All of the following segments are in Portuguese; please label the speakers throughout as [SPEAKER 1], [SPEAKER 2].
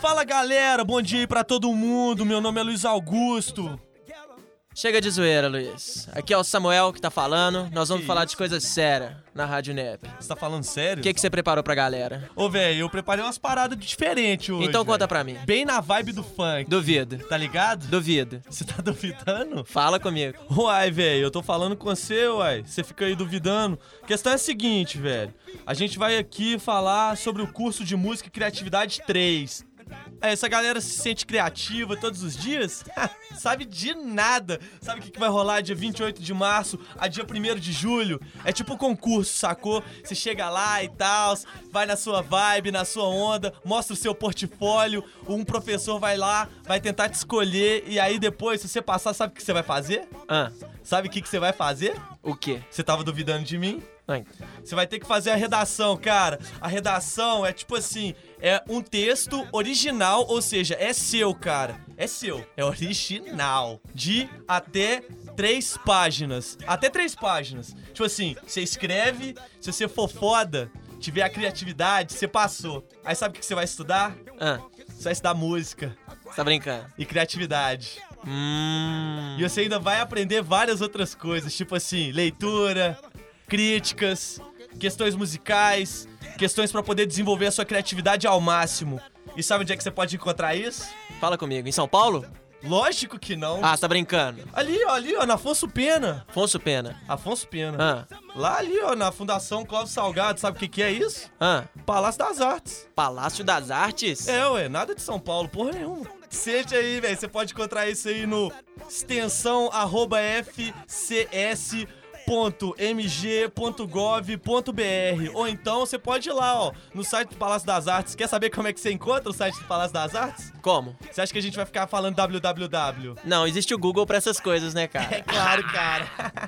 [SPEAKER 1] Fala galera, bom dia aí pra todo mundo. Meu nome é Luiz Augusto.
[SPEAKER 2] Chega de zoeira, Luiz. Aqui é o Samuel que tá falando. Nós vamos falar de coisas sérias na Rádio Nep.
[SPEAKER 1] Você tá falando sério?
[SPEAKER 2] O que, que você preparou pra galera?
[SPEAKER 1] Ô, velho, eu preparei umas paradas diferentes hoje.
[SPEAKER 2] Então conta
[SPEAKER 1] velho.
[SPEAKER 2] pra mim.
[SPEAKER 1] Bem na vibe do funk.
[SPEAKER 2] Duvido.
[SPEAKER 1] Tá ligado?
[SPEAKER 2] Duvido.
[SPEAKER 1] Você tá duvidando?
[SPEAKER 2] Fala comigo.
[SPEAKER 1] Uai, velho, eu tô falando com você, uai. Você fica aí duvidando. A questão é a seguinte, velho. A gente vai aqui falar sobre o curso de música e criatividade 3. É, Essa galera se sente criativa todos os dias? Sabe de nada. Sabe o que que vai rolar dia 28 de março a dia 1 de julho? É tipo concurso, sacou? Você chega lá e tal, vai na sua vibe, na sua onda, mostra o seu portfólio, um professor vai lá, vai tentar te escolher e aí depois, se você passar, sabe o que você vai fazer?
[SPEAKER 2] Ah,
[SPEAKER 1] Sabe o que, que você vai fazer?
[SPEAKER 2] o quê?
[SPEAKER 1] Você tava duvidando de mim?
[SPEAKER 2] Ai,
[SPEAKER 1] Você vai ter que fazer a redação, cara. A redação é tipo assim: é um texto original, ou seja, é seu, cara. É seu. É original. De até três páginas. Até três páginas. Tipo assim, você escreve, se você for foda, tiver a criatividade, você passou. Aí sabe o que você vai estudar?
[SPEAKER 2] Ah,
[SPEAKER 1] Você vai estudar música
[SPEAKER 2] você tá brincando.
[SPEAKER 1] e criatividade.
[SPEAKER 2] Hum.
[SPEAKER 1] E você ainda vai aprender várias outras coisas, tipo assim, leitura, críticas, questões musicais, questões pra poder desenvolver a sua criatividade ao máximo. E sabe onde é que você pode encontrar isso?
[SPEAKER 2] Fala comigo. Em São Paulo?
[SPEAKER 1] Lógico que não.
[SPEAKER 2] Ah, você tá brincando.
[SPEAKER 1] Ali, ó, ali, ó, na Afonso Pena.
[SPEAKER 2] Afonso Pena.
[SPEAKER 1] Afonso Pena.
[SPEAKER 2] Ah,
[SPEAKER 1] Lá ali, ó, na Fundação Cláudio Salgado, sabe o que, que é isso?
[SPEAKER 2] ah.
[SPEAKER 1] Palácio das Artes.
[SPEAKER 2] Palácio das Artes?
[SPEAKER 1] É, ué, nada de São Paulo, porra nenhuma. Sente aí, velho. Você pode encontrar isso aí no extensão arroba fcs.mg.gov.br ou então você pode ir lá, ó, no site do Palácio das Artes. Quer saber como é que você encontra o site do Palácio das Artes?
[SPEAKER 2] Como?
[SPEAKER 1] Você acha que a gente vai ficar falando www?
[SPEAKER 2] Não, existe o Google pra essas coisas, né, cara?
[SPEAKER 1] É claro, cara.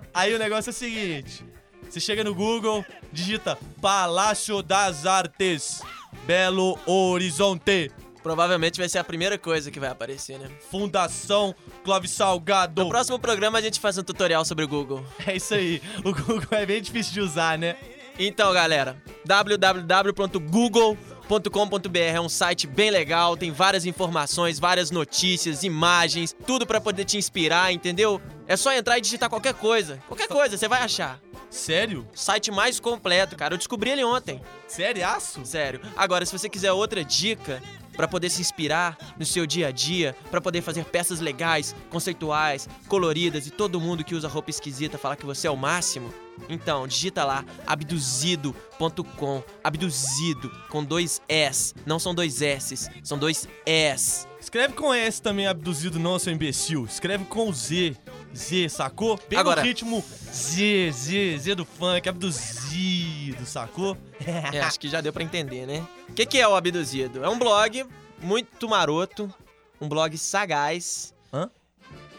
[SPEAKER 1] Aí o negócio é o seguinte: você chega no Google, digita Palácio das Artes, Belo Horizonte.
[SPEAKER 2] Provavelmente vai ser a primeira coisa que vai aparecer, né?
[SPEAKER 1] Fundação Clóvis
[SPEAKER 2] No
[SPEAKER 1] Salgado.
[SPEAKER 2] próximo programa a gente faz um tutorial sobre o Google.
[SPEAKER 1] É isso aí. O Google é bem difícil de usar, né?
[SPEAKER 2] Então, galera, www.google.com.br é um site bem legal, tem várias informações, várias notícias, imagens, tudo pra poder te inspirar, entendeu? É só entrar e digitar qualquer coisa. Qualquer coisa, você vai achar.
[SPEAKER 1] Sério?
[SPEAKER 2] Site mais completo, cara. Eu descobri ele ontem.
[SPEAKER 1] Sério? Aço?
[SPEAKER 2] Sério. Agora, se você quiser outra dica pra poder se inspirar no seu dia a dia, pra poder fazer peças legais, conceituais, coloridas e todo mundo que usa roupa esquisita falar que você é o máximo, então digita lá abduzido.com. Abduzido com dois S, não são dois S, são dois S.
[SPEAKER 1] Escreve com S também, abduzido não, seu imbecil. Escreve com Z. Z, sacou? Bem
[SPEAKER 2] Agora-
[SPEAKER 1] no ritmo Z, Z, Z do funk, abduzido, sacou?
[SPEAKER 2] É, acho que já deu pra entender, né? O que, que é o Abduzido? É um blog muito maroto, um blog sagaz,
[SPEAKER 1] Hã?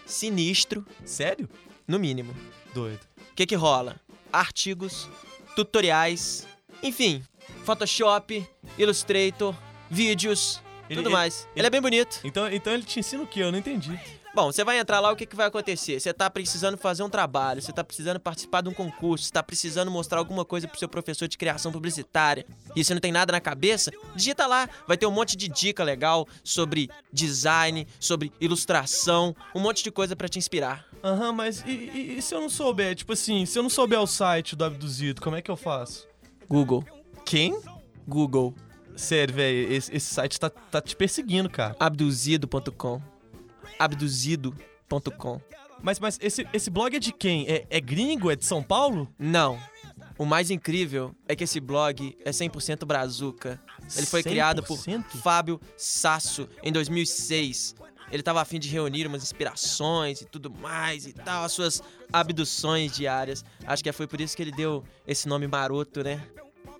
[SPEAKER 2] sinistro,
[SPEAKER 1] Sério?
[SPEAKER 2] no mínimo.
[SPEAKER 1] Doido.
[SPEAKER 2] O que que rola? Artigos, tutoriais, enfim, Photoshop, Illustrator, vídeos,
[SPEAKER 1] Ele-
[SPEAKER 2] tudo
[SPEAKER 1] ele-
[SPEAKER 2] mais. Ele,
[SPEAKER 1] ele-
[SPEAKER 2] é bem bonito.
[SPEAKER 1] Então, então ele te ensina o que? Eu não entendi.
[SPEAKER 2] Bom, você vai entrar lá, o que, que vai acontecer? Você tá precisando fazer um trabalho, você tá precisando participar de um concurso, você tá precisando mostrar alguma coisa pro seu professor de criação publicitária e você não tem nada na cabeça? Digita lá, vai ter um monte de dica legal sobre design, sobre ilustração, um monte de coisa pra te inspirar.
[SPEAKER 1] Aham, mas e, e- e se eu não souber? Tipo assim, se eu não souber o site do abduzido, como é que eu faço?
[SPEAKER 2] Google.
[SPEAKER 1] Quem?
[SPEAKER 2] Google.
[SPEAKER 1] Sério, velho, esse, esse site tá, tá te perseguindo, cara.
[SPEAKER 2] abduzido.com. Abduzido.com.
[SPEAKER 1] Mas, mas esse, esse blog é de quem? É, é gringo? É de São Paulo?
[SPEAKER 2] Não. O mais incrível é que esse blog é 100% brazuca. Ele foi criado por
[SPEAKER 1] 100%?
[SPEAKER 2] Fábio Sasso em 2006. Ele tava afim de reunir umas inspirações e tudo mais e tal, as suas abduções diárias. Acho que é, foi por isso que ele deu esse nome maroto, né?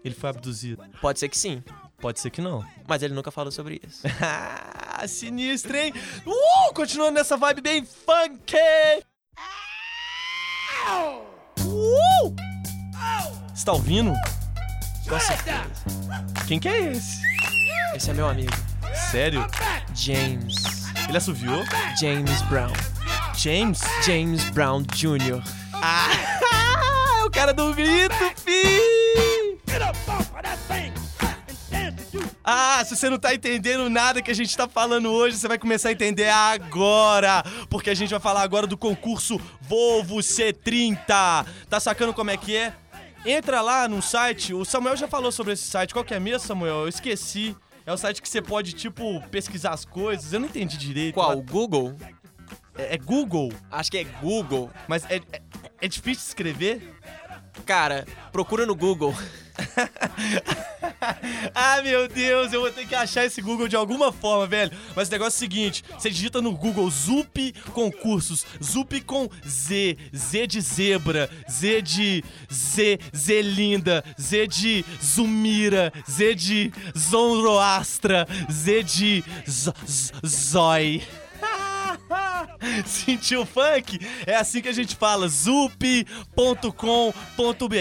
[SPEAKER 1] Ele foi abduzido.
[SPEAKER 2] Pode ser que sim,
[SPEAKER 1] Pode ser que não.
[SPEAKER 2] mas ele nunca falou sobre isso.
[SPEAKER 1] Ah, sinistro, hein? Uh, continuando nessa vibe bem funk! Uh! Você tá ouvindo?
[SPEAKER 2] Com certeza.
[SPEAKER 1] Quem que é esse?
[SPEAKER 2] Esse é meu amigo,
[SPEAKER 1] Sério?
[SPEAKER 2] James.
[SPEAKER 1] Ele assoviou?
[SPEAKER 2] James Brown.
[SPEAKER 1] James?
[SPEAKER 2] James Brown Jr.
[SPEAKER 1] Ah, é o cara do grito, fi!
[SPEAKER 3] Get up off of that thing and dance to
[SPEAKER 1] Ah, se você não tá entendendo nada que a gente tá falando hoje, você vai começar a entender agora. Porque a gente vai falar agora do concurso Volvo C30. Tá sacando como é que é? Entra lá no site, o Samuel já falou sobre esse site. Qual que é mesmo, Samuel? Eu esqueci. É o site que você pode, tipo, pesquisar as coisas. Eu não entendi direito.
[SPEAKER 2] Qual? Google?
[SPEAKER 1] É, é Google,
[SPEAKER 2] Acho que é Google.
[SPEAKER 1] mas é, é, é difícil de escrever?
[SPEAKER 2] Cara, procura no Google.
[SPEAKER 1] ah, meu Deus, eu vou ter que achar esse Google de alguma forma, velho. Mas o negócio é o seguinte: você digita no Google Zup Concursos, Zup com Z, Z de zebra, Z de Z, Z linda, Z de Zumira, Z de Zonroastra, Z de Z- Z- Zói. Sentiu funk? É assim que a gente fala, zup.com.br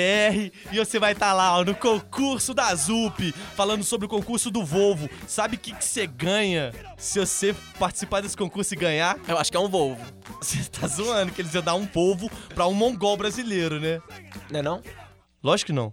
[SPEAKER 1] e você vai estar lá ó, no concurso da Zup, falando sobre o concurso do Volvo. Sabe o que que você ganha se você participar desse concurso e ganhar?
[SPEAKER 2] Eu acho que é um Volvo,
[SPEAKER 1] Você tá zoando que eles iam dar um polvo pra um mongol brasileiro, né?
[SPEAKER 2] não é não?
[SPEAKER 1] Lógico que não.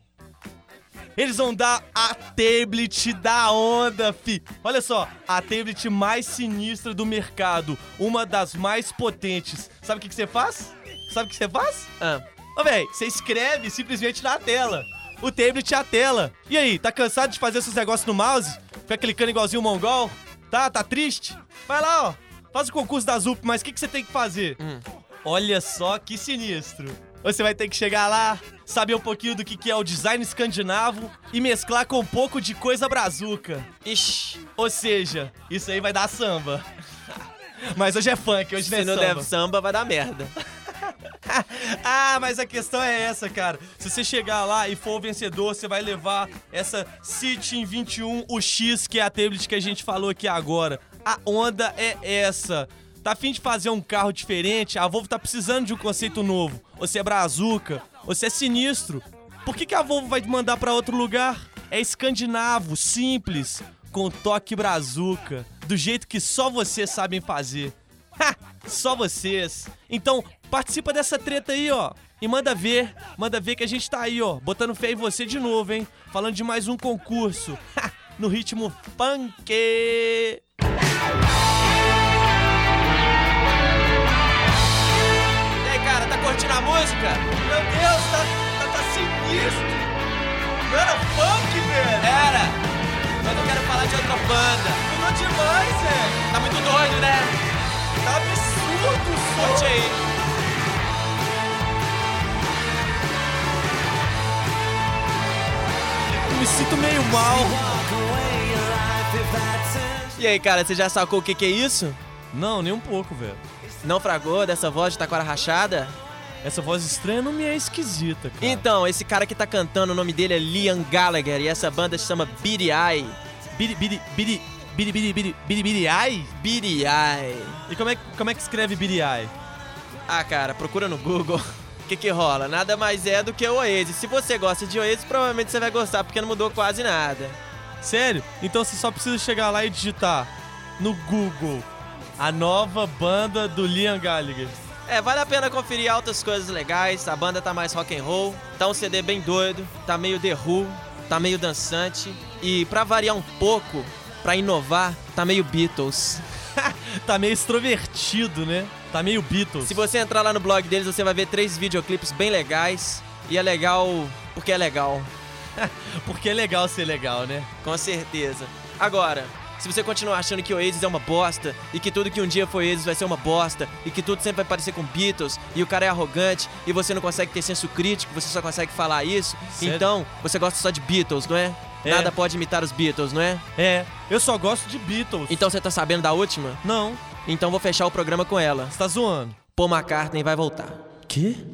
[SPEAKER 1] Eles vão dar a tablet da onda, fi. Olha só, a tablet mais sinistra do mercado. Uma das mais potentes. Sabe o que que você faz? Sabe o que você faz?
[SPEAKER 2] Ah,
[SPEAKER 1] Ô, véi, você escreve simplesmente na tela. O tablet é a tela. E aí, tá cansado de fazer seus negócios no mouse? Fica clicando igualzinho o mongol? Tá, tá triste? Vai lá, ó. Faz o concurso da ZUP, mas o que, que você tem que fazer?
[SPEAKER 2] hum.
[SPEAKER 1] Olha só que sinistro. Você vai ter que chegar lá, saber um pouquinho do que que é o design escandinavo e mesclar com um pouco de coisa brazuca.
[SPEAKER 2] Ixi,
[SPEAKER 1] Ou seja, isso aí vai dar samba. Mas hoje é funk, hoje não é
[SPEAKER 2] se não
[SPEAKER 1] samba.
[SPEAKER 2] der samba, vai dar merda.
[SPEAKER 1] ah, mas a questão é essa, cara. Se você chegar lá e for o vencedor, você vai levar essa City 21 UX, que é a tablet que a gente falou aqui agora. A onda é essa. Tá afim de fazer um carro diferente? A Volvo tá precisando de um conceito novo. Você é brazuca, você é sinistro. Por que, que a Volvo vai te mandar pra outro lugar? É escandinavo, simples, com toque brazuca, do jeito que só vocês sabem fazer. Ha! Só vocês. Então, participa dessa treta aí, ó. E manda ver, manda ver que a gente tá aí, ó, botando fé em você de novo, hein? Falando de mais um concurso. Ha! No ritmo funk.
[SPEAKER 2] E aí, cara, tá curtindo a música?
[SPEAKER 1] Meu Deus, tá, tá, sinistro. Não era funk, velho.
[SPEAKER 2] Era! Mas eu quero falar de outra banda.
[SPEAKER 1] Mudou demais, velho.
[SPEAKER 2] Tá muito doido, né?
[SPEAKER 1] Tá absurdo o
[SPEAKER 2] Curte aí.
[SPEAKER 1] Eu me sinto meio mal.
[SPEAKER 2] E aí, cara, você já sacou o que que é isso?
[SPEAKER 1] Não, nem um pouco, velho.
[SPEAKER 2] Não fragou dessa voz de taquara rachada?
[SPEAKER 1] Essa voz estranha não me é esquisita, cara.
[SPEAKER 2] Então, esse cara que tá cantando, o nome dele é Liam Gallagher e essa banda se chama Beady Eye.
[SPEAKER 1] Biri, biri, biri, biri, biri, biri, biri, biri, ai?
[SPEAKER 2] Beady Eye.
[SPEAKER 1] E como é, que- como é que escreve biri, ai?
[SPEAKER 2] Ah, cara, procura no Google. O que que rola? Nada mais é do que o Oasis. Se você gosta de Oasis, provavelmente você vai gostar, porque não mudou quase nada.
[SPEAKER 1] Sério? Então você só precisa chegar lá e digitar no Google a nova banda do Liam Gallagher.
[SPEAKER 2] É, vale a pena conferir altas coisas legais. A banda tá mais rock and roll, tá um CD bem doido, tá meio The Who, tá meio dançante e pra variar um pouco, pra inovar, tá meio Beatles.
[SPEAKER 1] Tá meio extrovertido, né? Tá meio Beatles.
[SPEAKER 2] Se você entrar lá no blog deles, você vai ver três videoclipes bem legais. E é legal porque é legal,
[SPEAKER 1] Porque é legal ser legal, né?
[SPEAKER 2] com certeza. Agora, se você continuar achando que Oasis é uma bosta, e que tudo que um dia foi Oasis vai ser uma bosta, e que tudo sempre vai parecer com Beatles, e o cara é arrogante, e você não consegue ter senso crítico, você só consegue falar isso,
[SPEAKER 1] Sério?
[SPEAKER 2] então você gosta só de Beatles, não é?
[SPEAKER 1] É.
[SPEAKER 2] Nada pode imitar os Beatles, não é?
[SPEAKER 1] É, eu só gosto de Beatles.
[SPEAKER 2] Então você tá sabendo da última?
[SPEAKER 1] Não,
[SPEAKER 2] Então vou fechar o programa com ela.
[SPEAKER 1] você tá zoando.
[SPEAKER 2] Paul McCartney vai voltar.
[SPEAKER 1] Que?